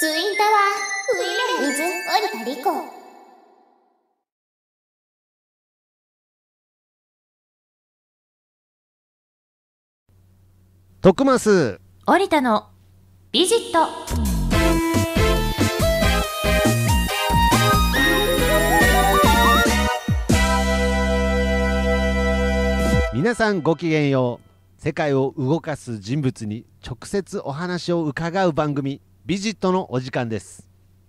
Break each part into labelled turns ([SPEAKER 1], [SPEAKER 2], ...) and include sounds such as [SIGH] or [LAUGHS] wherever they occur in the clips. [SPEAKER 1] ツインタワー、ウィメンズ、織田理子。
[SPEAKER 2] トクマス
[SPEAKER 3] 折田のビジット
[SPEAKER 2] 皆さんごきげんよう世界を動かす人物に直接お話を伺う番組ビジットのお時間です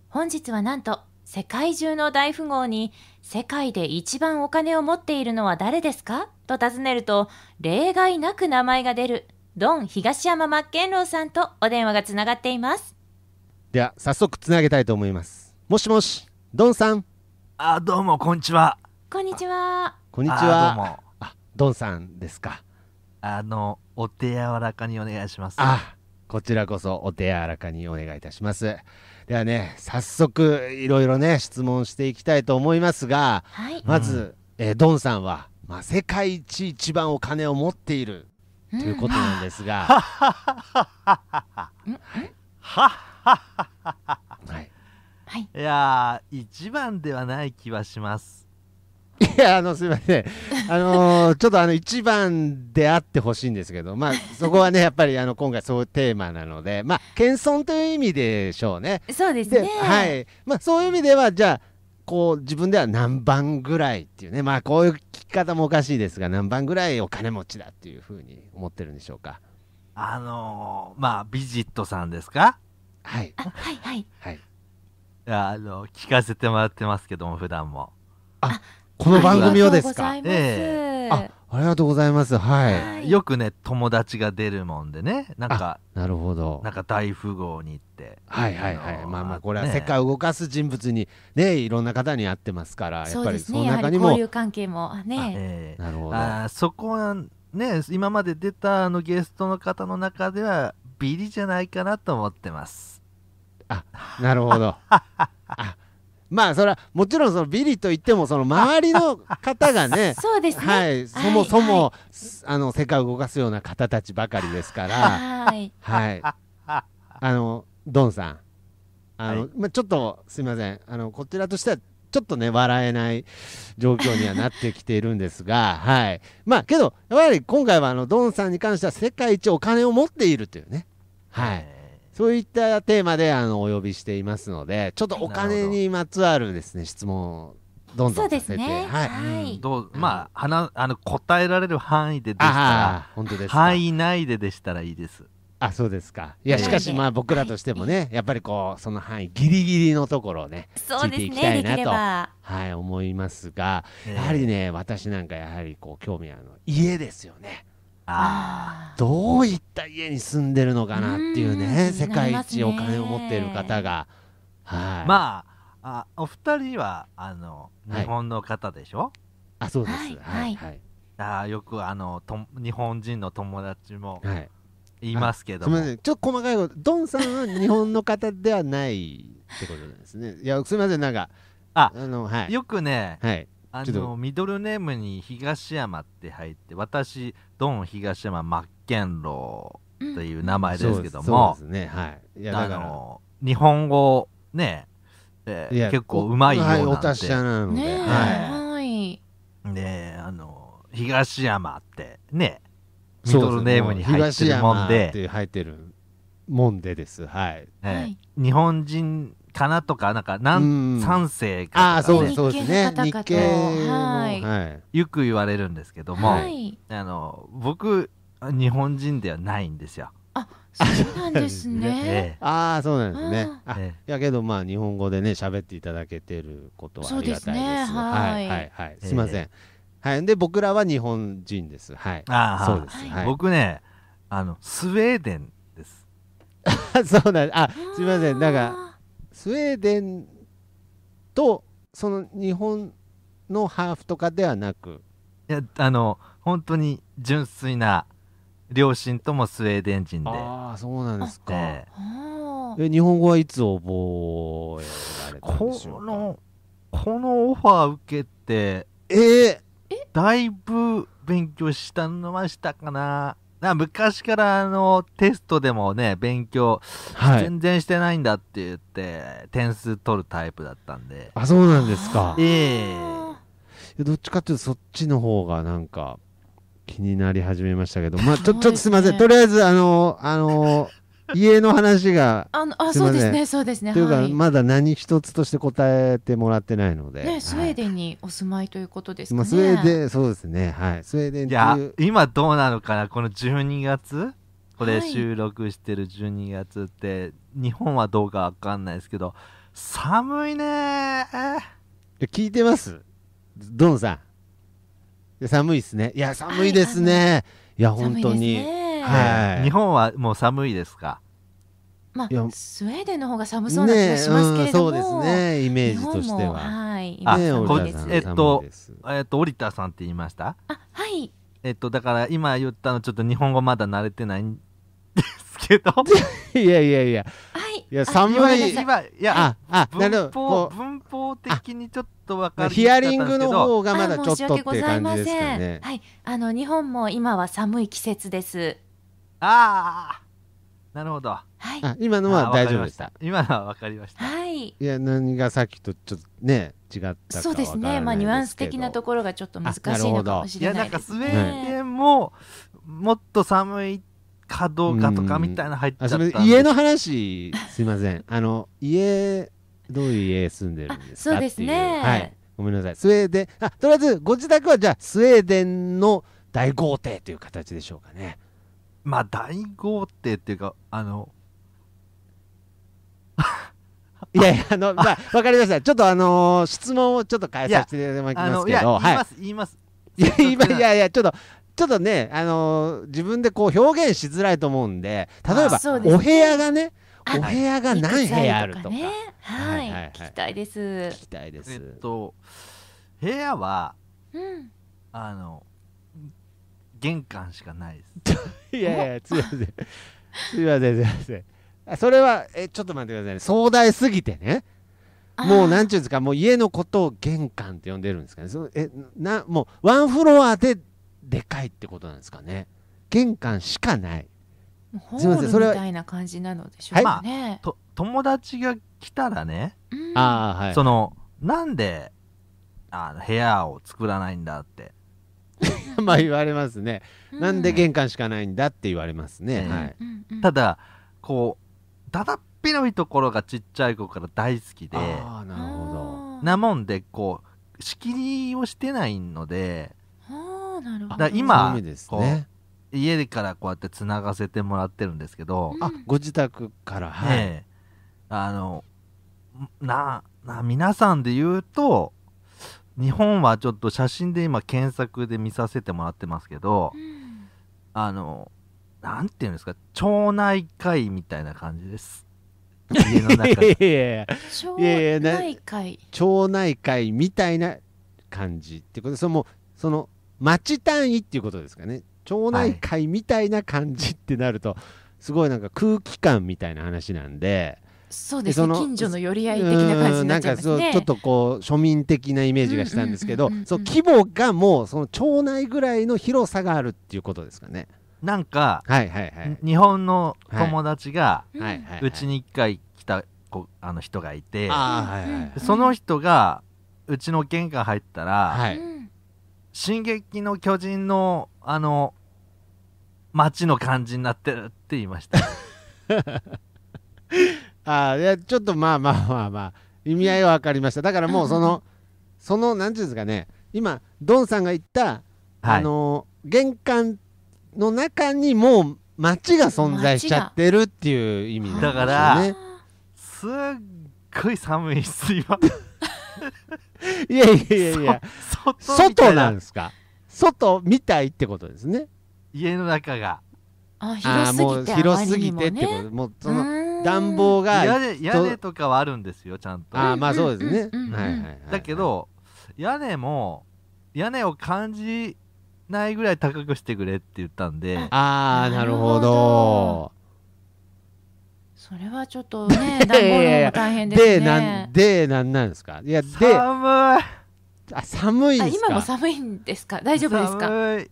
[SPEAKER 3] 本日はなんと世界中の大富豪に世界で一番お金を持っているのは誰ですかと尋ねると例外なく名前が出るドン東山真剣郎さんとお電話がつながっています
[SPEAKER 2] では早速つなげたいと思いますもしもしドンさん
[SPEAKER 4] あ、どうも、こんにちは。
[SPEAKER 3] こんにちは
[SPEAKER 2] こんにち
[SPEAKER 4] あどうも
[SPEAKER 2] は。あドンさんですか
[SPEAKER 4] あの、お手柔らかにお願いします。
[SPEAKER 2] あこちらこそお手柔らかにお願いいたしますではね早速いろいろね質問していきたいと思いますが
[SPEAKER 3] はい、
[SPEAKER 2] まず、えードンさんは、まあ、世界一一番お金を持っていると
[SPEAKER 3] うん
[SPEAKER 2] いうことなんですが、は
[SPEAKER 4] はっはっは。
[SPEAKER 2] い、
[SPEAKER 3] はい、
[SPEAKER 4] いやー、一番ではない気はします。
[SPEAKER 2] いや、あの、すみません。あのーちょっとあの、一番であってほしいんですけど、まあ、そこはね、やっぱり、あの、今回そういうテーマなので、まあ、謙遜という意味でしょうね。
[SPEAKER 3] そうです
[SPEAKER 2] で、
[SPEAKER 3] ね
[SPEAKER 2] はい。まあ、そういう意味では、じゃあ、こう、自分では何番ぐらいっていうね、まあ、こういう聞き方もおかしいですが、何番ぐらいお金持ちだっていうふうに思ってるんでしょうか。
[SPEAKER 4] あのー、まあ、ビジットさんですか
[SPEAKER 2] はい。
[SPEAKER 3] あはいはい
[SPEAKER 2] はい。
[SPEAKER 4] いやあの、聞かせてもらってますけども、普段も。
[SPEAKER 2] この番組をです
[SPEAKER 3] あ
[SPEAKER 2] か
[SPEAKER 3] り。がとうございます、
[SPEAKER 4] え
[SPEAKER 2] あ、ありがとうございます。はい。
[SPEAKER 3] はい
[SPEAKER 4] よくね、友達が出るもんでね、なんか、
[SPEAKER 2] なるほど。
[SPEAKER 4] なんか大富豪に行って。
[SPEAKER 2] はいはいはい、
[SPEAKER 4] あのー
[SPEAKER 2] まあまあこれは
[SPEAKER 4] ね
[SPEAKER 2] 世界を動かす人物にねいろんな方に会ってますからや
[SPEAKER 3] そ
[SPEAKER 2] っ
[SPEAKER 3] う
[SPEAKER 2] ぱ
[SPEAKER 3] で
[SPEAKER 2] り
[SPEAKER 3] す
[SPEAKER 2] その
[SPEAKER 3] ねやは
[SPEAKER 2] 中に
[SPEAKER 3] り
[SPEAKER 2] も、
[SPEAKER 3] 交友関係もね
[SPEAKER 4] ええ
[SPEAKER 2] なるほど
[SPEAKER 4] あーそこは、ね、今まで出たあのゲストの方の中では、ビリじゃないかなと思ってます。
[SPEAKER 2] なるほ [LAUGHS] どあまあそれはもちろんそのビリといってもその周りの方が [LAUGHS] ね
[SPEAKER 3] そうですね
[SPEAKER 2] はいそもそも、あの世界を動かすような方たちばかりですから
[SPEAKER 3] [LAUGHS] はい
[SPEAKER 2] はいあのドンさんあの、
[SPEAKER 4] はい
[SPEAKER 2] まあ、ちょっとすいませんあのこちらとしてはちょっとね笑えない状況にはなってきているんです
[SPEAKER 3] [LAUGHS]
[SPEAKER 2] がはいまあけどやはり今回はあのドンさんに関しては世界一お金を持っているというねはい
[SPEAKER 4] ええ
[SPEAKER 2] そういったテーマであのお呼びしていますのでちょっとお金にまつわるですね質問をどんどんさせ
[SPEAKER 3] そ
[SPEAKER 2] て、
[SPEAKER 3] うですね
[SPEAKER 2] はい
[SPEAKER 3] は
[SPEAKER 2] あ
[SPEAKER 3] い
[SPEAKER 4] うんどうまあ、はなあの答えられる範囲ででしたら、
[SPEAKER 2] あー本当ですか、
[SPEAKER 4] 範囲内ででしたらいいです。
[SPEAKER 2] あそうですかいや
[SPEAKER 4] はい
[SPEAKER 2] しかしまあ僕らとしてもね、やっぱりこうその範囲ギリギリのところをね
[SPEAKER 3] そう
[SPEAKER 2] [LAUGHS] つ
[SPEAKER 3] で
[SPEAKER 2] いてい
[SPEAKER 3] す
[SPEAKER 2] きた
[SPEAKER 3] ね
[SPEAKER 2] いな
[SPEAKER 3] で
[SPEAKER 2] と
[SPEAKER 3] きれば
[SPEAKER 2] はい思いますが
[SPEAKER 4] ええ
[SPEAKER 2] やはりね私なんかやはりこう興味あるのは家ですよね
[SPEAKER 4] あ
[SPEAKER 2] どういった家に住んでるのかなっていうね
[SPEAKER 3] うん
[SPEAKER 2] 世界一
[SPEAKER 3] な
[SPEAKER 2] お
[SPEAKER 3] りますね
[SPEAKER 2] 金を持っている方がは
[SPEAKER 4] ー
[SPEAKER 2] い
[SPEAKER 4] まああ、お二人はあの
[SPEAKER 2] はい
[SPEAKER 4] 日本の方でしょ、
[SPEAKER 2] あそうです
[SPEAKER 3] はい
[SPEAKER 2] はいはい
[SPEAKER 4] あーよくあのと日本人の友達も
[SPEAKER 2] はい
[SPEAKER 4] いますけど
[SPEAKER 2] すみ
[SPEAKER 4] も、
[SPEAKER 2] ません、ちょっと細かいこと、ドンさんは日本の方ではないってことなんですね。いや、すみません、なんか、
[SPEAKER 4] あ
[SPEAKER 2] の、はい。
[SPEAKER 4] よくね、
[SPEAKER 2] はい。
[SPEAKER 4] あ
[SPEAKER 2] ちょっと
[SPEAKER 4] のミドルネームに東山って入って私ドン東山真剣郎
[SPEAKER 3] うん
[SPEAKER 4] という名前ですけど
[SPEAKER 2] そう
[SPEAKER 4] も、
[SPEAKER 2] そうですね、はい。いや、
[SPEAKER 4] あ
[SPEAKER 2] だか
[SPEAKER 4] の日本語ね、え
[SPEAKER 2] ら、いや
[SPEAKER 4] 結構うまいよう
[SPEAKER 2] はい、
[SPEAKER 4] な
[SPEAKER 2] お
[SPEAKER 4] んで、
[SPEAKER 2] 達者なので、
[SPEAKER 3] ねえ
[SPEAKER 2] は
[SPEAKER 3] はい
[SPEAKER 4] であの東山ってね
[SPEAKER 2] い。
[SPEAKER 4] ミドルネームに入ってるもん
[SPEAKER 2] そうすねもう東山っ
[SPEAKER 4] で
[SPEAKER 2] て入ってるもんでです。はい。
[SPEAKER 4] えー
[SPEAKER 3] はい
[SPEAKER 4] 日本人かなとかなんかな
[SPEAKER 2] うん
[SPEAKER 4] ん三世
[SPEAKER 2] あ
[SPEAKER 4] か
[SPEAKER 2] あ、
[SPEAKER 4] と
[SPEAKER 2] そ
[SPEAKER 4] か、
[SPEAKER 2] う
[SPEAKER 4] ね
[SPEAKER 2] です、そうですね。
[SPEAKER 3] 日系の方
[SPEAKER 2] 日
[SPEAKER 3] 々
[SPEAKER 2] 系の、
[SPEAKER 3] は
[SPEAKER 2] はいい。
[SPEAKER 4] よく言われるんですけども、
[SPEAKER 3] はい
[SPEAKER 4] あの僕日本人ではないんですよ。
[SPEAKER 3] そうなんですね
[SPEAKER 4] [LAUGHS] え
[SPEAKER 2] ああ、そうなんですね。
[SPEAKER 4] え
[SPEAKER 2] あ
[SPEAKER 4] え
[SPEAKER 2] いやけどまあ日本語でね喋っていただけてることはありがたいです。
[SPEAKER 3] そうですね
[SPEAKER 2] は
[SPEAKER 3] はい
[SPEAKER 2] いはいはい。
[SPEAKER 4] え
[SPEAKER 2] すいません。はいで僕らは日本人です。はい。
[SPEAKER 4] えああ
[SPEAKER 2] そうです。
[SPEAKER 3] は
[SPEAKER 2] はいい。
[SPEAKER 4] 僕ねあのスウェーデンです。
[SPEAKER 2] そうなんあ
[SPEAKER 3] あー
[SPEAKER 2] すいませんなんかスウェーデンとその日本のハーフとかではなく。
[SPEAKER 4] いやあの本当に純粋な両親ともスウェーデン人で、
[SPEAKER 2] ああそうなんですか。
[SPEAKER 4] ええ
[SPEAKER 3] あー
[SPEAKER 2] え日本語はいつ覚えられたんで
[SPEAKER 4] こ
[SPEAKER 2] しょうか。
[SPEAKER 4] のこのオファー受けて
[SPEAKER 2] ええ
[SPEAKER 4] だいぶ勉強したのはしたかなな昔からあのテストでもね勉強
[SPEAKER 2] はい。
[SPEAKER 4] 全然してないんだって言って、点数取るタイプだったんで
[SPEAKER 2] あ、そうなんですか。い
[SPEAKER 4] ええ
[SPEAKER 2] やどっちかというとそっちの方がなんか気になり始めましたけど、まあちょ
[SPEAKER 3] そうですね
[SPEAKER 2] ちょっとすみません。とりあえずあのあの
[SPEAKER 3] [LAUGHS]
[SPEAKER 2] 家の話が。
[SPEAKER 3] あのあ
[SPEAKER 2] すいませ
[SPEAKER 3] そうんですねそうですね
[SPEAKER 2] というか、
[SPEAKER 3] はい、
[SPEAKER 2] まだ何一つとして答えてもらってないので、
[SPEAKER 3] ねスウェーデンにお住まいということですかね、
[SPEAKER 2] まあ、スウェーデン、そうですね、はい、スウェーデンっ
[SPEAKER 4] い
[SPEAKER 2] て
[SPEAKER 4] や
[SPEAKER 2] いう、
[SPEAKER 4] 今どうなのかなこの12月これ
[SPEAKER 3] はい
[SPEAKER 4] 収録してる12月って、日本はどうかわかんないですけど寒いねー
[SPEAKER 2] え聞いてますドンさんいや。寒いですね。いや、寒いですね。いや、本当に。
[SPEAKER 3] 寒いですね
[SPEAKER 2] はい
[SPEAKER 4] 日本はもう寒いですか
[SPEAKER 3] ま
[SPEAKER 2] いや
[SPEAKER 3] あ、スウェーデンの方が寒そうな気がしますけれども、
[SPEAKER 2] ねえうんそうですね、イメー
[SPEAKER 3] 日
[SPEAKER 2] ジ
[SPEAKER 3] 本
[SPEAKER 2] として
[SPEAKER 3] も
[SPEAKER 2] は。
[SPEAKER 3] はい、
[SPEAKER 4] あ
[SPEAKER 2] ね
[SPEAKER 3] 今
[SPEAKER 4] こ
[SPEAKER 3] 寒い
[SPEAKER 4] っ
[SPEAKER 2] 織田
[SPEAKER 3] で
[SPEAKER 4] ち
[SPEAKER 2] さ
[SPEAKER 3] す
[SPEAKER 2] ん
[SPEAKER 4] えっと
[SPEAKER 2] 寒いです
[SPEAKER 4] えっと織田さんって言いました
[SPEAKER 3] あはい
[SPEAKER 4] えっとだから今言ったのちょっと日本語まだ慣れてないんですけ
[SPEAKER 2] [LAUGHS]
[SPEAKER 4] ど
[SPEAKER 2] いやいやいや、
[SPEAKER 3] はい
[SPEAKER 2] いや
[SPEAKER 3] あ
[SPEAKER 2] 寒い
[SPEAKER 3] ごめんなさい
[SPEAKER 4] 今いや
[SPEAKER 2] あ、あ、なる
[SPEAKER 4] 文法
[SPEAKER 2] ほど。こ
[SPEAKER 4] 文法的にちょっと分
[SPEAKER 2] う
[SPEAKER 4] かりに
[SPEAKER 2] ヒ
[SPEAKER 4] くか
[SPEAKER 2] ア
[SPEAKER 4] ったん
[SPEAKER 2] リ
[SPEAKER 4] です
[SPEAKER 2] ン
[SPEAKER 4] け
[SPEAKER 2] グの
[SPEAKER 4] ど
[SPEAKER 2] 方がまだちょっとっていう感じですか
[SPEAKER 3] あ申し訳ございません
[SPEAKER 2] ね。
[SPEAKER 3] はい、あの日本も今は寒い季節です。
[SPEAKER 4] ああなるほど
[SPEAKER 3] はい、
[SPEAKER 2] あ、今のは
[SPEAKER 4] あ
[SPEAKER 2] 大丈夫でした。
[SPEAKER 4] わかりました今のは分かりました
[SPEAKER 3] はい、
[SPEAKER 2] [LAUGHS] いや、何がさっきとちょっとね、違ったかわからないですけど。
[SPEAKER 3] そうですね。まあニュアンス的なところがちょっと難し
[SPEAKER 2] あなる
[SPEAKER 3] い
[SPEAKER 2] ほ
[SPEAKER 3] の
[SPEAKER 2] ど
[SPEAKER 3] かもし
[SPEAKER 4] い
[SPEAKER 3] れ
[SPEAKER 4] や
[SPEAKER 3] な
[SPEAKER 4] ないん
[SPEAKER 3] で
[SPEAKER 4] か
[SPEAKER 3] す
[SPEAKER 4] スウ
[SPEAKER 3] ね。
[SPEAKER 4] ェーデンももっと寒いかどうかとかみたいなの入っちゃ
[SPEAKER 2] あ
[SPEAKER 4] った
[SPEAKER 2] す
[SPEAKER 4] ん
[SPEAKER 2] み
[SPEAKER 4] で
[SPEAKER 2] ません家の話すいませんあの家どういう家住んでるんですか
[SPEAKER 3] あそうですね
[SPEAKER 2] っていうはいごめんなさいスウェーデンあとりあえずご自宅はじゃあスウェーデンの大豪邸という形でしょうかね
[SPEAKER 4] まあ大豪邸っていうかあの
[SPEAKER 2] いやいやあのまあわかりましたちょっとあのー質問をちょっと変えさせていただき
[SPEAKER 4] あ
[SPEAKER 2] ます
[SPEAKER 4] のい
[SPEAKER 2] け
[SPEAKER 4] や言
[SPEAKER 2] ど
[SPEAKER 4] い
[SPEAKER 2] は
[SPEAKER 4] ます、言います
[SPEAKER 2] いいや今いやいやちょっとちょっとねあのー自分でこう表現しづらいと思うんで例えば
[SPEAKER 3] あそうですね
[SPEAKER 2] お部屋がね
[SPEAKER 3] あ
[SPEAKER 2] お部屋が何部屋あるとか
[SPEAKER 3] ね
[SPEAKER 2] 聞。
[SPEAKER 3] は
[SPEAKER 2] はいはいはい
[SPEAKER 3] い、聞きたいです。
[SPEAKER 2] きたいです
[SPEAKER 4] えっと部屋は
[SPEAKER 3] うん、
[SPEAKER 4] あの玄関しかないです
[SPEAKER 2] いやいや、すいません。すいません、すいません。あそれは、え、ちょっと待ってくださいね。壮大すぎてね。もうなんちゅうんですか、もう家のことを玄関って呼んでるんですかね。そうえ、な、もうワンフロアででかいってことなんですかね。玄関しかない。
[SPEAKER 3] あーホ
[SPEAKER 2] すいません
[SPEAKER 3] ー
[SPEAKER 2] それ
[SPEAKER 3] ル
[SPEAKER 2] は
[SPEAKER 3] みたいな感じなのでしょうかね。
[SPEAKER 4] と友達が来たらね、
[SPEAKER 3] うん
[SPEAKER 2] ああ、はい。
[SPEAKER 4] そのなんであの部屋を作らないんだって
[SPEAKER 2] [LAUGHS] まあ言われますね。
[SPEAKER 3] う
[SPEAKER 2] なんで玄関しかないんだって言われますね。
[SPEAKER 4] うん
[SPEAKER 2] はい。
[SPEAKER 3] うんうん
[SPEAKER 4] ただこうだだっ広いところがちっちゃい子から大好きで
[SPEAKER 2] ああ、なるほど。
[SPEAKER 3] あー
[SPEAKER 4] なもんでこう仕切りをしてないので
[SPEAKER 3] あーなるほど。
[SPEAKER 4] だ
[SPEAKER 2] そうい
[SPEAKER 4] 今
[SPEAKER 2] う意味ですね。
[SPEAKER 4] 家からこうやってつながせてもらってるんですけど、
[SPEAKER 3] うん
[SPEAKER 2] あ、ご自宅から、はい。
[SPEAKER 4] ええあのなな皆さんで言うと日本はちょっと写真で今検索で見させてもらってますけど
[SPEAKER 3] うん
[SPEAKER 4] あのなんていうんですか町内会みたいな感じです家の中
[SPEAKER 2] [LAUGHS]
[SPEAKER 4] で
[SPEAKER 2] いやいやいや。
[SPEAKER 3] 町
[SPEAKER 2] いやいやな
[SPEAKER 3] 内会
[SPEAKER 2] 町内会みたいな感じってことでそのその町単位っていうことですかね町内会みたいな感じってなると、すごいなんか空気感みたいな話なんで
[SPEAKER 3] そうです
[SPEAKER 2] そ
[SPEAKER 3] ね
[SPEAKER 2] の
[SPEAKER 3] 近所の寄り合い的な感
[SPEAKER 2] う
[SPEAKER 3] じ
[SPEAKER 2] ー
[SPEAKER 3] に
[SPEAKER 2] ん
[SPEAKER 3] な
[SPEAKER 2] な
[SPEAKER 3] っ
[SPEAKER 2] ん
[SPEAKER 3] ちゃい
[SPEAKER 2] かそ
[SPEAKER 3] ます
[SPEAKER 2] う
[SPEAKER 3] ね
[SPEAKER 2] ちょっとこう庶民的なイメージがしたんですけど
[SPEAKER 3] うんうんうんうん
[SPEAKER 2] そう規模がもうその町内ぐらいの広さがあるっていうことですかね
[SPEAKER 4] なんか、
[SPEAKER 2] はいはいはい
[SPEAKER 4] 日本の友達が
[SPEAKER 3] うん
[SPEAKER 2] はいはいはいう
[SPEAKER 4] ちに一回来た子あの人がいて、
[SPEAKER 2] あーはいはいはい
[SPEAKER 3] うん
[SPEAKER 4] その人がうちの玄関入ったら、
[SPEAKER 2] は
[SPEAKER 3] う
[SPEAKER 2] い
[SPEAKER 3] ん
[SPEAKER 4] 進撃の巨人のあの街の感じになってるって言いました
[SPEAKER 2] あーいやちょっとまあまあまあまあ意味合いは分かりましただからもうそ
[SPEAKER 3] うんうんう
[SPEAKER 2] のそのなんていうんですかね今ドンさんが言った
[SPEAKER 4] はい
[SPEAKER 2] [LAUGHS] あの玄関の中にもう街が存在しちゃってるっていう意味なんですよね。
[SPEAKER 4] だからすっごい寒いっす今
[SPEAKER 2] いやいやいやいや、
[SPEAKER 4] そ外みた
[SPEAKER 2] [LAUGHS] 外
[SPEAKER 4] い
[SPEAKER 2] なんですか。外みたいってことですね。
[SPEAKER 4] 家の中が
[SPEAKER 3] あ
[SPEAKER 2] あ
[SPEAKER 3] 広
[SPEAKER 2] あー、
[SPEAKER 3] すぎて
[SPEAKER 2] もう広すぎてって
[SPEAKER 3] あま
[SPEAKER 2] こ
[SPEAKER 3] りにもね
[SPEAKER 2] と、もうそうの
[SPEAKER 3] ーん
[SPEAKER 2] 暖房が。
[SPEAKER 4] 屋根屋根とかはあるんですよちゃんと
[SPEAKER 2] ああ、まあそうですね。
[SPEAKER 3] うんうんうんうん
[SPEAKER 2] はいはいはい。
[SPEAKER 4] だけど屋根も屋根を感じないぐらい高くしてくれって言ったんで
[SPEAKER 2] ああ、なるほ
[SPEAKER 3] なる
[SPEAKER 2] ど
[SPEAKER 3] ほ。それはちょっとね
[SPEAKER 2] [LAUGHS]
[SPEAKER 3] 暖房
[SPEAKER 2] いやい
[SPEAKER 3] の
[SPEAKER 2] や
[SPEAKER 3] も大変ですね
[SPEAKER 2] で、なん、で、なんなんですか。いや、で、
[SPEAKER 4] 寒い
[SPEAKER 2] あ寒い
[SPEAKER 3] あ
[SPEAKER 2] ですか。
[SPEAKER 3] 今も寒いんですか大丈夫ですか
[SPEAKER 4] 寒い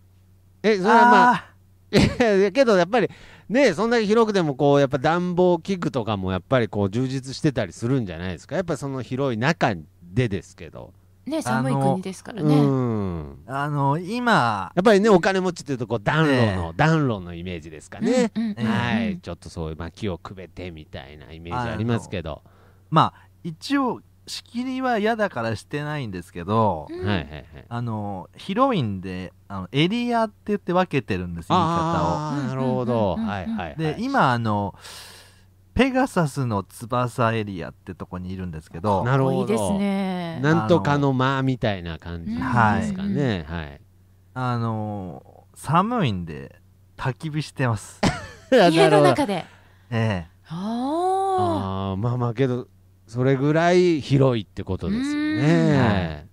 [SPEAKER 2] え、それはまあ、
[SPEAKER 4] あ
[SPEAKER 2] [LAUGHS] いやけどやっぱりねそんだけ広くてもこうやっぱ暖房器具とかもやっぱりこう充実してたりするんじゃないですかやっぱその広い中でですけど、
[SPEAKER 3] ね寒い国ですから
[SPEAKER 2] う
[SPEAKER 3] ね
[SPEAKER 2] ん
[SPEAKER 4] あの今
[SPEAKER 2] やっぱりねお金持ちっていうとこう暖炉の、
[SPEAKER 4] え
[SPEAKER 2] 暖炉のイメージですかね、
[SPEAKER 3] うんうんうん
[SPEAKER 2] は
[SPEAKER 3] う
[SPEAKER 2] い
[SPEAKER 3] ん
[SPEAKER 2] ちょっとそういう薪をくべてみたいなイメージありますけど
[SPEAKER 4] まあ一応仕切りは嫌だからしてないんですけど、
[SPEAKER 3] う
[SPEAKER 2] は
[SPEAKER 3] ん
[SPEAKER 2] いはいはい
[SPEAKER 4] あの広いんであのエリアって言って分けてるんです言い方
[SPEAKER 2] ああーな
[SPEAKER 3] うん
[SPEAKER 2] るほど
[SPEAKER 3] うんうんうん
[SPEAKER 2] はいはいはい
[SPEAKER 4] をで今あのペガサスの翼エリアってとこにいるんですけど
[SPEAKER 2] なるほど
[SPEAKER 3] いいですね
[SPEAKER 2] なんとかの間みたいな感じですかね、はい
[SPEAKER 4] あの寒いんで焚き火してます、
[SPEAKER 3] 家の
[SPEAKER 2] あ
[SPEAKER 3] 中で
[SPEAKER 4] ええ
[SPEAKER 3] ああ
[SPEAKER 2] あーまあまあけどそれぐらい広いってことですよ
[SPEAKER 3] うん
[SPEAKER 4] は
[SPEAKER 2] ね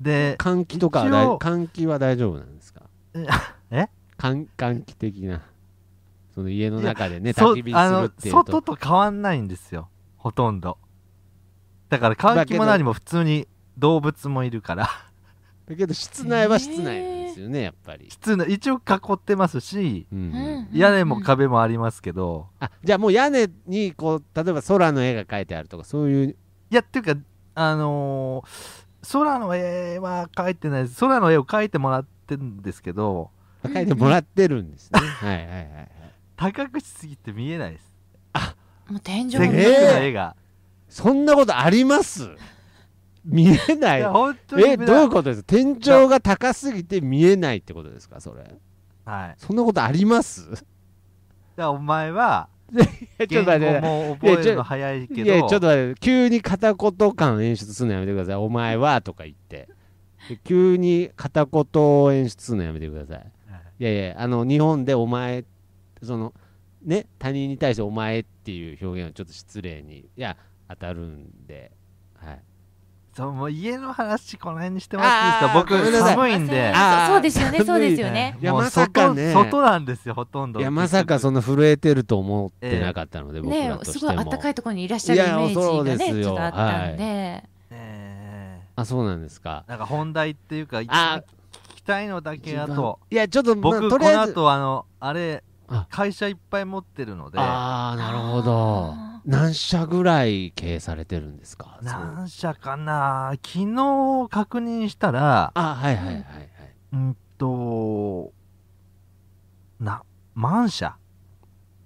[SPEAKER 4] で
[SPEAKER 2] 換気とかは大
[SPEAKER 4] 一応
[SPEAKER 2] 換気は大丈夫なんですか
[SPEAKER 4] [LAUGHS] え
[SPEAKER 2] 換換気的なその家の中でね
[SPEAKER 4] そ
[SPEAKER 2] 焚き火するってい
[SPEAKER 4] あの
[SPEAKER 2] う
[SPEAKER 4] 外
[SPEAKER 2] と
[SPEAKER 4] と変わんないんですよほとんどだから換気も何も普通に動物もいるから
[SPEAKER 2] [LAUGHS] だけど室内は室内なんですよねやっぱり、
[SPEAKER 4] 室内一応囲ってますし
[SPEAKER 2] うんうん
[SPEAKER 3] うん
[SPEAKER 4] 屋根も壁もありますけど、
[SPEAKER 2] あじゃあもう屋根にこう例えば空の絵が描いてあるとかそういう
[SPEAKER 4] いやっていうかあのー空の絵は描いてないです空の絵を描いてもらってるんですけど
[SPEAKER 2] 描いてもらってるん
[SPEAKER 3] [LAUGHS]
[SPEAKER 2] ですね、はいはいはいはい
[SPEAKER 4] 高くしすぎて見えないです
[SPEAKER 3] もう天井
[SPEAKER 4] せ
[SPEAKER 2] す
[SPEAKER 4] っかくの
[SPEAKER 2] げえ
[SPEAKER 4] 絵が、
[SPEAKER 2] そんなことあり [LAUGHS] ます見えないい
[SPEAKER 4] や本当に
[SPEAKER 2] えどういうことです天井が高すぎて見えないってことですかそれ
[SPEAKER 4] はい
[SPEAKER 2] そんなことあります
[SPEAKER 4] じゃあお前は
[SPEAKER 2] えちょ
[SPEAKER 4] 言
[SPEAKER 2] っ
[SPEAKER 4] 語
[SPEAKER 2] と待って
[SPEAKER 4] も覚えるの早いけ
[SPEAKER 2] い
[SPEAKER 4] ど
[SPEAKER 2] やちょっと待って急に片言感演出するのやめてください「お前は」とか言ってで急に片言を演出するのやめてくださいいやいやあの日本で「お前」そのね他人に対して「お前」っていう表現はちょっと失礼にいや当たるんではい
[SPEAKER 4] そうもう家の話この辺にしてもら
[SPEAKER 2] あー
[SPEAKER 4] っていい
[SPEAKER 2] ごめんな
[SPEAKER 4] ですか
[SPEAKER 2] さい
[SPEAKER 4] 僕寒いんで
[SPEAKER 2] あー
[SPEAKER 3] そうそうですよね
[SPEAKER 2] 寒い
[SPEAKER 3] そうですよね
[SPEAKER 2] いや
[SPEAKER 4] もう
[SPEAKER 2] まさかね
[SPEAKER 4] 外外なんですよほとんど
[SPEAKER 2] いやまさかそ
[SPEAKER 4] の
[SPEAKER 2] んな震えてると思ってなかったので、僕
[SPEAKER 3] ね
[SPEAKER 2] らとして
[SPEAKER 3] す
[SPEAKER 2] も
[SPEAKER 3] ごい暖かいところにいらっしゃるイメージが
[SPEAKER 2] いやそうです
[SPEAKER 3] ね
[SPEAKER 2] よ
[SPEAKER 3] ちょっとあったんで
[SPEAKER 4] え
[SPEAKER 2] あそうなんですか
[SPEAKER 4] ーなんか本題っていうか一
[SPEAKER 2] あ
[SPEAKER 4] 番聞きたいのだけあと
[SPEAKER 2] いやちょっと、まあ
[SPEAKER 4] 僕こと
[SPEAKER 2] り
[SPEAKER 4] の
[SPEAKER 2] あえず
[SPEAKER 4] 後あのあれ
[SPEAKER 2] あ
[SPEAKER 4] 会社いっぱい持ってるので
[SPEAKER 2] ああなるほど
[SPEAKER 3] あ
[SPEAKER 2] 何社ぐらい経営されてるんですかそう
[SPEAKER 4] 何社かな昨日確認したら
[SPEAKER 2] あはいはいはいはい
[SPEAKER 4] うんとな万社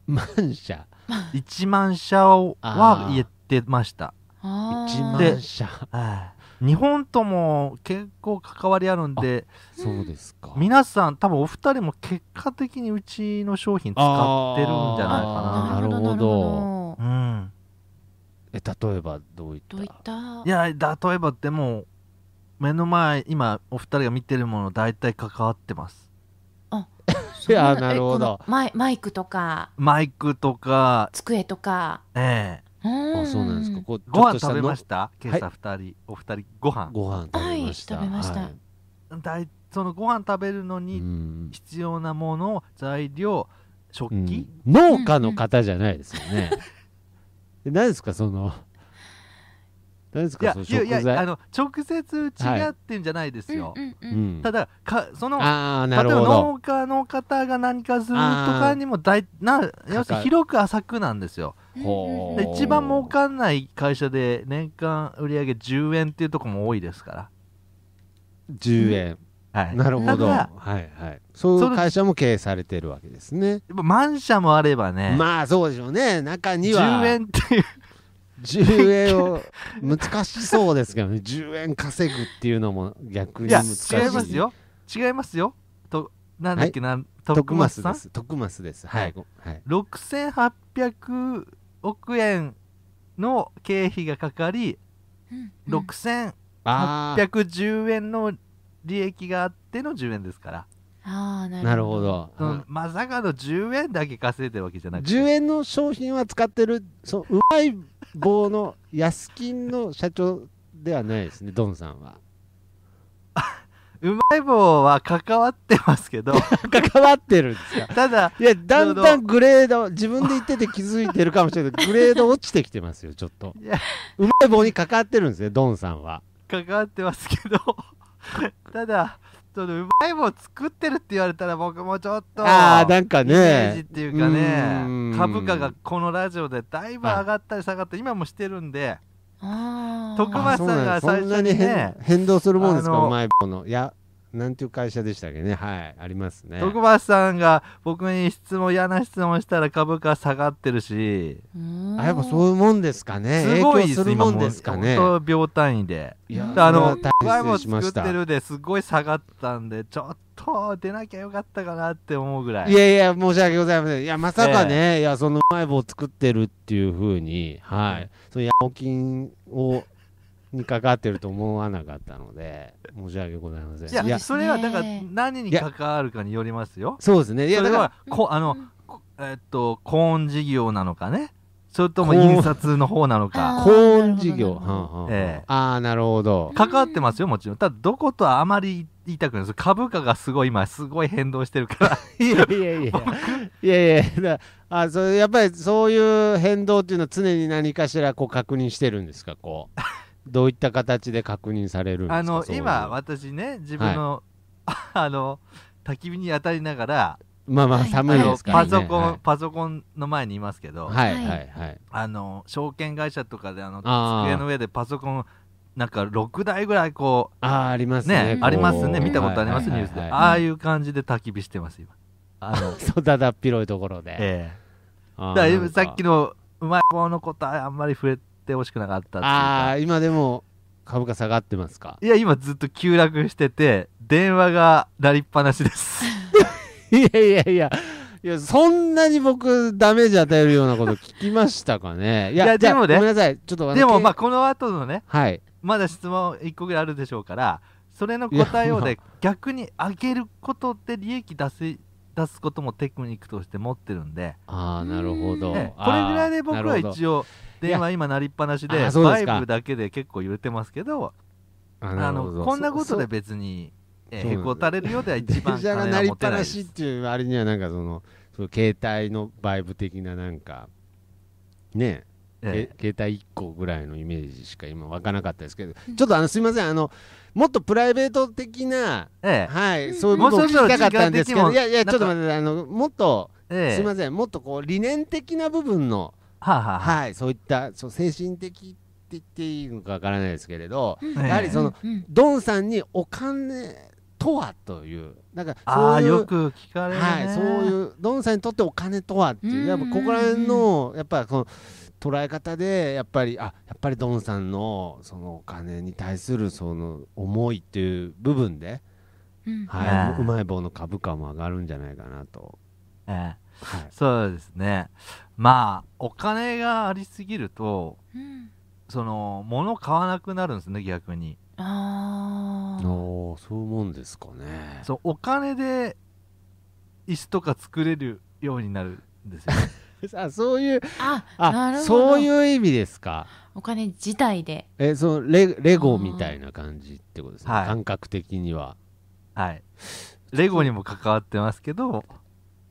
[SPEAKER 2] 万社
[SPEAKER 4] 1万社を
[SPEAKER 2] あ
[SPEAKER 4] は
[SPEAKER 2] ー
[SPEAKER 4] 言ってました
[SPEAKER 3] あ
[SPEAKER 2] 一
[SPEAKER 3] ー
[SPEAKER 2] 万社
[SPEAKER 4] はい日本とも結構関わりあるんで
[SPEAKER 2] そうですか
[SPEAKER 4] 皆さん多分お二人も結果的にうちの商品使ってるんじゃない
[SPEAKER 2] あーな
[SPEAKER 4] か
[SPEAKER 2] るほど
[SPEAKER 3] なるほど
[SPEAKER 4] な
[SPEAKER 2] え例えばどういった
[SPEAKER 3] どういった
[SPEAKER 4] うんいや例えばでも目の前今お二人が見てるもの大体関わってます
[SPEAKER 2] いやなるほど
[SPEAKER 3] えこのマイマイクとか
[SPEAKER 4] マイクとか
[SPEAKER 3] 机とか
[SPEAKER 4] ええ
[SPEAKER 2] あ
[SPEAKER 3] あ
[SPEAKER 2] そうなんですかこう
[SPEAKER 4] ご飯食べま
[SPEAKER 2] た
[SPEAKER 4] した今朝二人お二人ご飯
[SPEAKER 2] ご飯食べました
[SPEAKER 3] はい食べました
[SPEAKER 2] はい
[SPEAKER 4] 大そのご飯食べるの
[SPEAKER 2] う
[SPEAKER 4] に
[SPEAKER 2] ん
[SPEAKER 4] 必要なもの材料食器、
[SPEAKER 2] うん農家の方じゃないですよね。で何ですかその何です
[SPEAKER 4] い
[SPEAKER 2] か
[SPEAKER 4] や
[SPEAKER 2] その食
[SPEAKER 4] いやいやあ
[SPEAKER 2] 材。
[SPEAKER 4] の直接うちがってんじゃないですよ、
[SPEAKER 3] うんう
[SPEAKER 2] うん
[SPEAKER 3] うん
[SPEAKER 2] ん
[SPEAKER 4] ただかその
[SPEAKER 2] ああ
[SPEAKER 4] 例
[SPEAKER 2] な
[SPEAKER 4] えば
[SPEAKER 2] るほど。
[SPEAKER 4] 農家の方が何かするとかにも大な要するに広く浅くなんですよ
[SPEAKER 3] うん
[SPEAKER 2] ほ
[SPEAKER 4] で
[SPEAKER 2] おー
[SPEAKER 4] 一番儲かんない会社で年間売上10円っていうとこも多いですか
[SPEAKER 2] 10円。
[SPEAKER 4] ら、はい、
[SPEAKER 2] なるほど。
[SPEAKER 4] た
[SPEAKER 2] は
[SPEAKER 4] だ
[SPEAKER 2] いはい。そういう会社も経営されてるわけですね。
[SPEAKER 4] やっぱ満車もあればね、
[SPEAKER 2] まあそうでしょうね。中には
[SPEAKER 4] 10円っていう
[SPEAKER 2] 10円を難しそうですけどね。10円 [LAUGHS] 稼ぐっていうのも逆
[SPEAKER 4] い
[SPEAKER 2] に
[SPEAKER 4] や
[SPEAKER 2] 難しい。
[SPEAKER 4] 違います。よ違いますよとなんだっけな、
[SPEAKER 2] 徳松
[SPEAKER 4] 松さ
[SPEAKER 2] で
[SPEAKER 4] ん
[SPEAKER 2] す。徳松です。はいごはい。
[SPEAKER 4] 6800億円の経費がかかり、
[SPEAKER 3] うんうん
[SPEAKER 4] 6810
[SPEAKER 2] ああ
[SPEAKER 4] 円の利益があっての10円ですから
[SPEAKER 3] あー
[SPEAKER 2] なるほど。
[SPEAKER 4] そのまさかの10円だけ稼いでるわけじゃなくて
[SPEAKER 2] 10円の商品は使ってるそううまい棒の安金の社長ではないですねドンさんは
[SPEAKER 4] うまい棒は関わってますけど [LAUGHS]
[SPEAKER 2] 関わってるんですか
[SPEAKER 4] ただ
[SPEAKER 2] いやだんだんグレード自分で言ってて気づいてるかもしれないけどグレード落ちてきてますよちょっと
[SPEAKER 4] いや
[SPEAKER 2] うまい棒に関わってるんですねドンさんは
[SPEAKER 4] [LAUGHS] 関わってますけどただとねうまい棒作ってるって言われたら僕もちょっと
[SPEAKER 2] ああなんかね
[SPEAKER 4] イメージっていうか
[SPEAKER 2] うー
[SPEAKER 4] ね
[SPEAKER 2] ん
[SPEAKER 4] 株価がこのラジオでだいぶ上がったり下がったり今もしてるんで
[SPEAKER 3] あー
[SPEAKER 4] 特番
[SPEAKER 2] あそうなんですそんなに
[SPEAKER 4] 最初に
[SPEAKER 2] 変
[SPEAKER 4] ね
[SPEAKER 2] 変動するもんです
[SPEAKER 4] あ
[SPEAKER 2] か
[SPEAKER 4] の
[SPEAKER 2] うまい棒のいやなんていう会社でしたっけねはいありますね
[SPEAKER 4] 徳橋さんが僕に質問嫌な質問したら株価下がってるし
[SPEAKER 3] うーん
[SPEAKER 2] あやっぱそういうもんですかね
[SPEAKER 4] すごい
[SPEAKER 2] 影響するもんですかね
[SPEAKER 4] 今もう本当秒単位で
[SPEAKER 2] いや
[SPEAKER 4] であ
[SPEAKER 2] そ
[SPEAKER 4] の
[SPEAKER 2] れは
[SPEAKER 4] うまい
[SPEAKER 2] 大変
[SPEAKER 4] 棒
[SPEAKER 2] 失礼しま
[SPEAKER 4] 作
[SPEAKER 2] し
[SPEAKER 4] ったてるですごい下がったんでちょっと出なきゃよかったかなって思うぐらい
[SPEAKER 2] いやいや、申し訳ございません。いや、まさかね、いや、そのうまい棒を作ってるっていうふうに、は
[SPEAKER 4] うん
[SPEAKER 2] い、そのヤモキンを、にかかってると思わなかったので、申し訳ございません。
[SPEAKER 4] いや
[SPEAKER 2] いや、
[SPEAKER 4] それはだから
[SPEAKER 3] ね
[SPEAKER 4] 何に関わるかによりますよ
[SPEAKER 2] そうですね。いや、
[SPEAKER 4] そ
[SPEAKER 2] だ
[SPEAKER 4] れ
[SPEAKER 2] から、
[SPEAKER 4] はこあのこえっとコーン事業なのかねそれとも印刷の方なの
[SPEAKER 3] あ
[SPEAKER 4] か
[SPEAKER 3] ー
[SPEAKER 2] コーン事業。
[SPEAKER 3] なるほど
[SPEAKER 2] はんはんはん
[SPEAKER 4] ええ
[SPEAKER 2] ああ、なるほど。
[SPEAKER 4] 関わってますよもちろんただどことはあまり言いたくないです株価がすごい今すごい変動してるから
[SPEAKER 2] [LAUGHS] いやいやいや。いやいや、だあそれやっぱりそういう変動っていうのは常に何かしらこう確認してるんですか、こう。どういった形で確認されるんですか
[SPEAKER 4] あの
[SPEAKER 2] そういう
[SPEAKER 4] 今私ね自分の、 [LAUGHS] あの焚き火に当たりながら
[SPEAKER 2] まあまあ
[SPEAKER 3] はい
[SPEAKER 2] 寒
[SPEAKER 4] あ
[SPEAKER 2] い
[SPEAKER 4] の
[SPEAKER 2] ですから
[SPEAKER 4] パ
[SPEAKER 2] ね。
[SPEAKER 4] ソコン、
[SPEAKER 2] はい
[SPEAKER 4] パソコンの前にいますけど、
[SPEAKER 2] はい
[SPEAKER 3] はい
[SPEAKER 2] はいはい。
[SPEAKER 4] あの証券会社とかであの
[SPEAKER 2] あー
[SPEAKER 4] 机の上でパソコンなんか6台ぐらいこう
[SPEAKER 2] ああ、ありますね
[SPEAKER 4] ね。ありますね
[SPEAKER 2] こう
[SPEAKER 4] 見たことあります
[SPEAKER 2] はいはいはい
[SPEAKER 4] ニュースでああいう感じで焚き火してます今あ [LAUGHS] の
[SPEAKER 2] そう、だだっ広いところで。
[SPEAKER 4] え
[SPEAKER 2] あーな
[SPEAKER 4] えだから
[SPEAKER 2] んか
[SPEAKER 4] さっきのうまい棒のことはあんまり触れてほしくなかったってい
[SPEAKER 2] あ
[SPEAKER 4] うか
[SPEAKER 2] あ、今でも株価下がってますか。
[SPEAKER 4] いや今ずっと急落してて電話が鳴りっぱなしです
[SPEAKER 2] [LAUGHS] いやいやいや。いや、そんなに僕、ダメージ与えるようなこと聞きましたかね。い
[SPEAKER 4] いや
[SPEAKER 2] や、じゃあ
[SPEAKER 4] でもね
[SPEAKER 2] ごめんなさい。ちょっとの
[SPEAKER 4] でも
[SPEAKER 2] け
[SPEAKER 4] まあこの後のね
[SPEAKER 2] はい。
[SPEAKER 4] まだ質問1個ぐらいあるでしょうからそれの答えを
[SPEAKER 2] いや
[SPEAKER 4] ね逆に上げることで利益出せ出すこともテクニックとして持ってるんで
[SPEAKER 2] ああ、なるほど。
[SPEAKER 4] ねこれぐらいで僕は一応
[SPEAKER 2] いや
[SPEAKER 4] 電話今鳴りっぱなしで
[SPEAKER 2] あそう
[SPEAKER 4] バ
[SPEAKER 2] で
[SPEAKER 4] イ
[SPEAKER 2] すか
[SPEAKER 4] ブだけで結構揺れてますけど
[SPEAKER 2] 応
[SPEAKER 4] あのこんなことで別にえーへこたれるようでは一番
[SPEAKER 2] [LAUGHS] 電車が
[SPEAKER 4] 金
[SPEAKER 2] 鳴
[SPEAKER 4] は
[SPEAKER 2] りっ
[SPEAKER 4] 持て
[SPEAKER 2] ぱ
[SPEAKER 4] な
[SPEAKER 2] な
[SPEAKER 4] いで
[SPEAKER 2] しっ
[SPEAKER 4] す
[SPEAKER 2] ていうあれにはなんかそのその携帯のバイブ的ななんかねえ
[SPEAKER 4] え
[SPEAKER 2] け携帯1個ぐらいのイメージしか今湧かなかったですけど、ちょっとあのすみませんあのもっとプライベート的な、
[SPEAKER 4] ええ
[SPEAKER 2] はい
[SPEAKER 1] ん
[SPEAKER 2] そういうことを聞きたかったんですけ
[SPEAKER 4] も
[SPEAKER 2] ど
[SPEAKER 4] う
[SPEAKER 2] い
[SPEAKER 4] そろ
[SPEAKER 2] やい
[SPEAKER 4] そろ時間的にも
[SPEAKER 2] やち
[SPEAKER 4] な
[SPEAKER 2] ょっ
[SPEAKER 4] んか
[SPEAKER 2] と待ってあのもっと、
[SPEAKER 4] ええ
[SPEAKER 2] すみませんもっとこう理念的な部分の、
[SPEAKER 4] はあはあはあ
[SPEAKER 2] はいそういったそう精神的って言っていいのかわからないですけれど、
[SPEAKER 4] ええ
[SPEAKER 2] やはりその
[SPEAKER 3] うんうん
[SPEAKER 2] ドンさんにお金とはというなんか
[SPEAKER 4] あ
[SPEAKER 2] そ
[SPEAKER 4] あ
[SPEAKER 2] ういう
[SPEAKER 4] よく聞かれるね
[SPEAKER 2] はい、そういうドンさんにとってお金とはっていううんやっぱここら辺のやっぱこの捉え方でやっぱりあやっぱりドンさんのそのお金に対するその思いっていう部分で、
[SPEAKER 3] うん
[SPEAKER 2] は
[SPEAKER 4] ね
[SPEAKER 2] い、うまい棒の株価も上がるんじゃないかなと、
[SPEAKER 4] ええ
[SPEAKER 2] はい、
[SPEAKER 4] そうですねまあお金がありすぎると
[SPEAKER 3] うん
[SPEAKER 4] その物買わなくなるんですね逆に
[SPEAKER 3] あ
[SPEAKER 2] あ
[SPEAKER 3] ー
[SPEAKER 2] ーそういうもんですかね
[SPEAKER 4] そうお金で椅子とか作れるようになるんですよ
[SPEAKER 2] [LAUGHS] あそういう
[SPEAKER 3] あな
[SPEAKER 2] あ
[SPEAKER 3] るほど
[SPEAKER 2] そういうう意味ですか
[SPEAKER 3] お金自体で
[SPEAKER 2] えそのレレゴみたいな感じってことですね、
[SPEAKER 4] はい
[SPEAKER 2] 感覚的には
[SPEAKER 4] はいレゴにも関わってますけど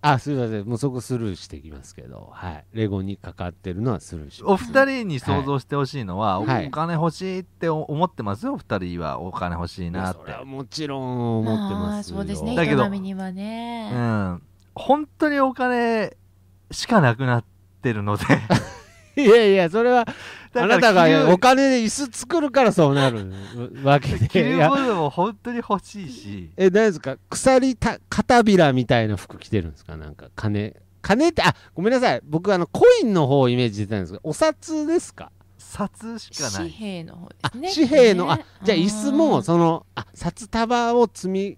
[SPEAKER 2] あすみませんもうそこスルーしてきますけど、はい、レゴにかかってるのはスルーします
[SPEAKER 4] お二人に想像してほしいのは、
[SPEAKER 2] はい
[SPEAKER 4] お金欲しいって思ってますよお二人はお金欲しいなっ
[SPEAKER 2] そ
[SPEAKER 4] て
[SPEAKER 2] れはもちろん思ってますよ
[SPEAKER 3] あーそうですね
[SPEAKER 4] だけど
[SPEAKER 3] 営みにはね
[SPEAKER 4] うん本当にお金しかなくなってる
[SPEAKER 2] [LAUGHS]
[SPEAKER 4] ので
[SPEAKER 2] いやいやそれは
[SPEAKER 4] だ
[SPEAKER 2] あなたがお金で椅子作るからそうなるわけ
[SPEAKER 4] 着
[SPEAKER 2] でい
[SPEAKER 4] る
[SPEAKER 2] や
[SPEAKER 4] ものも本当に欲しいし
[SPEAKER 2] え何ですか鎖た肩びらみたいな服着てるんですかなんか金金ってあごめんなさい僕あのコインの方をイメージしてたんですけどお札ですか
[SPEAKER 4] 札しかな
[SPEAKER 3] 紙
[SPEAKER 4] い
[SPEAKER 3] 幣の方で
[SPEAKER 2] あ
[SPEAKER 3] すね
[SPEAKER 2] 紙幣の、
[SPEAKER 3] ね
[SPEAKER 2] あじゃあ椅子も
[SPEAKER 3] うん
[SPEAKER 2] そのあ札束を積み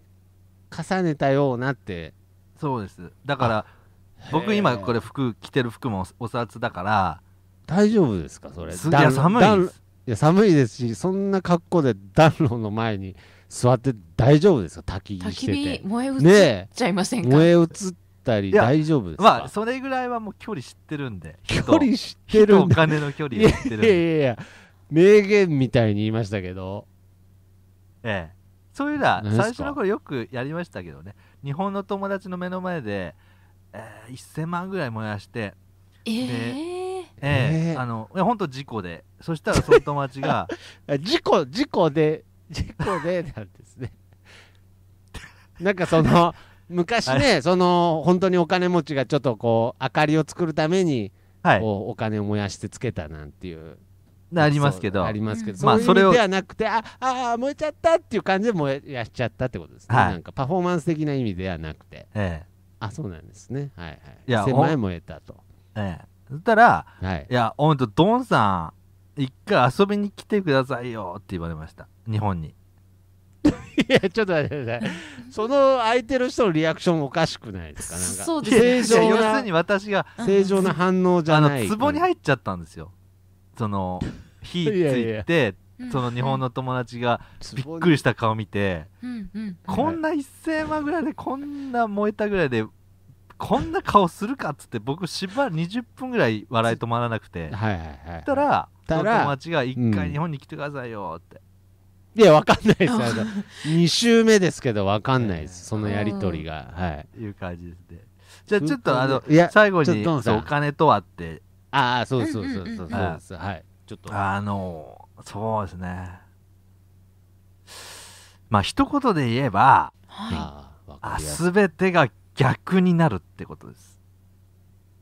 [SPEAKER 2] 重ねたようなって
[SPEAKER 4] そうですだから僕今これ服着てる服もお札だから
[SPEAKER 2] 大丈夫ですかそれ
[SPEAKER 4] すい
[SPEAKER 2] 暖
[SPEAKER 4] や寒
[SPEAKER 2] 暖
[SPEAKER 4] いです
[SPEAKER 2] いや寒いですしそんな格好で暖炉の前に座って大丈夫ですか焚き
[SPEAKER 3] 焚
[SPEAKER 2] 火し
[SPEAKER 3] き
[SPEAKER 2] て
[SPEAKER 3] 火
[SPEAKER 2] て
[SPEAKER 3] 燃え
[SPEAKER 2] ね
[SPEAKER 3] 移っ
[SPEAKER 2] え
[SPEAKER 3] ちゃいませんか、
[SPEAKER 2] 燃え移ったり
[SPEAKER 4] いや
[SPEAKER 2] 大丈夫ですか、
[SPEAKER 4] まあそれぐらいはもう距離知ってるんで
[SPEAKER 2] 距離知って
[SPEAKER 4] 人と
[SPEAKER 2] る
[SPEAKER 4] お
[SPEAKER 2] んだ
[SPEAKER 4] 金の距離を知ってるん
[SPEAKER 2] いや
[SPEAKER 4] で、
[SPEAKER 2] いやいや名言みたいに言いましたけど
[SPEAKER 4] ええ、そういうのは
[SPEAKER 2] 何ですか
[SPEAKER 4] 最初の頃よくやりましたけどね日本の友達の目の前で、えー1000万ぐらい燃やして、
[SPEAKER 3] えー、
[SPEAKER 4] ええ
[SPEAKER 2] ええ
[SPEAKER 4] あのいや本当事故でそしたらその友
[SPEAKER 2] [LAUGHS]
[SPEAKER 4] 達が
[SPEAKER 2] あ事故事故で事故でなんですねなんかその昔ねその本当にお金持ちがちょっとこう明かりを作るために
[SPEAKER 4] はい。
[SPEAKER 2] こうお金を燃やしてつけたなんていう
[SPEAKER 4] ありますけど
[SPEAKER 2] そうあ。りますけど、
[SPEAKER 4] うんまあ
[SPEAKER 2] そ
[SPEAKER 4] そ
[SPEAKER 2] れ
[SPEAKER 4] れを
[SPEAKER 2] ではなくてああー燃えちゃったっていう感じで燃えやっちゃったってことですね、
[SPEAKER 4] はい
[SPEAKER 2] なんかパフォーマンス的な意味ではなくて
[SPEAKER 4] え
[SPEAKER 2] あそうなんですねはいはい
[SPEAKER 4] いや
[SPEAKER 2] 狭い燃えたと
[SPEAKER 4] え。ええ。そしたら、
[SPEAKER 2] はい
[SPEAKER 4] いや、ほんと、ドンさん、一回遊びに来てくださいよって言われました。日本に。
[SPEAKER 2] いやちょっと待ってくださいその空いてる人のリアクションおかしくないですかなんか
[SPEAKER 3] そう
[SPEAKER 4] い
[SPEAKER 3] で
[SPEAKER 4] や
[SPEAKER 3] す
[SPEAKER 2] 正常ない
[SPEAKER 4] や要するに私が、
[SPEAKER 3] うん
[SPEAKER 2] 正常な反応じゃ
[SPEAKER 4] あの
[SPEAKER 2] ない、
[SPEAKER 4] 壺に入っちゃったんですよ。その、火ついて、
[SPEAKER 2] いやいや
[SPEAKER 4] その日本の友達がびっ
[SPEAKER 2] 壺に
[SPEAKER 4] くりした顔見て、
[SPEAKER 3] うんうん
[SPEAKER 2] はい
[SPEAKER 4] こんな1000万ぐらいで、こんな燃えたぐらいで、こんな顔するかっつって、僕、しばらく20分ぐらい笑い止まらなくて、
[SPEAKER 2] はいはいはい
[SPEAKER 4] ったら、
[SPEAKER 2] たら
[SPEAKER 4] その友達が一
[SPEAKER 2] うん
[SPEAKER 4] 回日本に来てくださいよって。
[SPEAKER 2] いや、わかんないです。あ
[SPEAKER 4] [LAUGHS]
[SPEAKER 2] の二週目ですけど、わかんないで
[SPEAKER 4] え
[SPEAKER 2] す。
[SPEAKER 4] ー
[SPEAKER 2] そのやりとりが。はい。
[SPEAKER 4] いう感じですね。じゃ
[SPEAKER 2] 空
[SPEAKER 4] あ
[SPEAKER 2] 間
[SPEAKER 4] ちょっとあの
[SPEAKER 2] でいや
[SPEAKER 4] 最後
[SPEAKER 2] ちょっと
[SPEAKER 4] に
[SPEAKER 2] ドンさん
[SPEAKER 4] お金とはって
[SPEAKER 2] ああ、そうそうそう
[SPEAKER 3] うんうんうん
[SPEAKER 2] そうそううんです。はい。ちょっと。
[SPEAKER 4] あのそうですねまあ一言で言えば
[SPEAKER 3] は
[SPEAKER 2] ああ、わか
[SPEAKER 4] あ
[SPEAKER 2] りやすい。
[SPEAKER 4] 全てが逆になるってことです。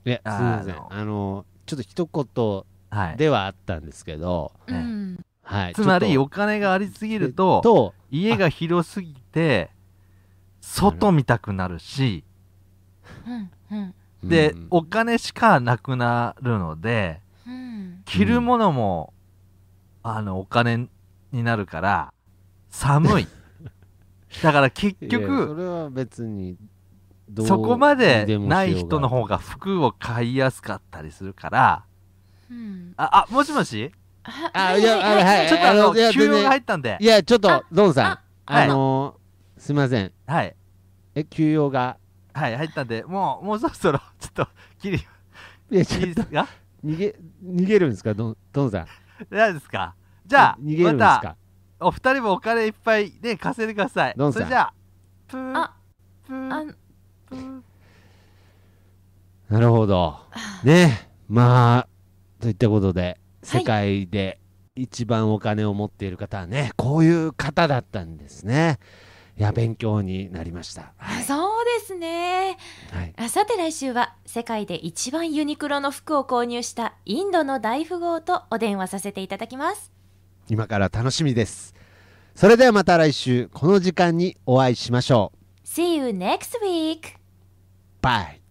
[SPEAKER 2] いや、すみませ
[SPEAKER 4] あ
[SPEAKER 2] ん。
[SPEAKER 4] の
[SPEAKER 2] あの、ちょっと一
[SPEAKER 4] は
[SPEAKER 2] 言
[SPEAKER 4] い、
[SPEAKER 2] ではあったんですけど、
[SPEAKER 3] い、うん、
[SPEAKER 2] はい。
[SPEAKER 4] つまり
[SPEAKER 2] ちょっ
[SPEAKER 4] お金がありすぎる
[SPEAKER 2] と、
[SPEAKER 4] と
[SPEAKER 2] と
[SPEAKER 4] 家が広すぎて外見たくなるし
[SPEAKER 3] うんうん
[SPEAKER 4] で、
[SPEAKER 2] うん
[SPEAKER 4] お金しかなくなるので
[SPEAKER 3] うん
[SPEAKER 4] 着るものも、あのお金になるから
[SPEAKER 2] [LAUGHS]
[SPEAKER 4] 寒いだから結
[SPEAKER 2] いやそ
[SPEAKER 4] 局
[SPEAKER 2] れは別に、どう
[SPEAKER 4] そこま
[SPEAKER 2] に
[SPEAKER 4] で
[SPEAKER 2] も
[SPEAKER 4] ない
[SPEAKER 2] しようが
[SPEAKER 4] 人の方が服を買いやすかったりするから
[SPEAKER 3] うん
[SPEAKER 4] ああもしもし
[SPEAKER 2] あいやあのはい
[SPEAKER 4] ちょっとあ
[SPEAKER 2] あ
[SPEAKER 4] の
[SPEAKER 2] のいや
[SPEAKER 4] 給料
[SPEAKER 2] 全然
[SPEAKER 4] が入ったんで
[SPEAKER 2] いや、ちょっと、ドンさん
[SPEAKER 3] あ、
[SPEAKER 2] あ
[SPEAKER 4] はい
[SPEAKER 2] の、すみません。
[SPEAKER 4] はい
[SPEAKER 2] え、休養が。
[SPEAKER 4] はい入ったんでもうもうそろそろちょっと切り
[SPEAKER 2] いや、
[SPEAKER 4] い
[SPEAKER 2] [LAUGHS] ちょ
[SPEAKER 4] い
[SPEAKER 2] っ
[SPEAKER 4] で
[SPEAKER 2] と
[SPEAKER 4] すか
[SPEAKER 2] 逃げ、逃げるんですか、ドンドンさん。
[SPEAKER 4] 何ですかじゃあ
[SPEAKER 2] 逃げるん
[SPEAKER 4] ま
[SPEAKER 2] ですか
[SPEAKER 4] た。お二人もお金いっぱいね稼いでください
[SPEAKER 2] どんさ
[SPEAKER 4] そ
[SPEAKER 2] ん
[SPEAKER 4] れじゃあプー
[SPEAKER 3] あ
[SPEAKER 4] プー
[SPEAKER 3] あ
[SPEAKER 4] プー
[SPEAKER 2] なるほど。ね。まあ、といったことで、
[SPEAKER 3] はい
[SPEAKER 2] 世界で一番お金を持っている方はね、こういう方だったんですね。いや、勉強になりました。はい。
[SPEAKER 3] そうですね
[SPEAKER 2] はい、
[SPEAKER 3] あさて来週は世界で一番ユニクロの服を購入したインドの大富豪とお電話させていただきます
[SPEAKER 2] 今から楽しみです。それではまた来週、この時間にお会いしましょう。
[SPEAKER 3] See you next week!
[SPEAKER 2] バイ。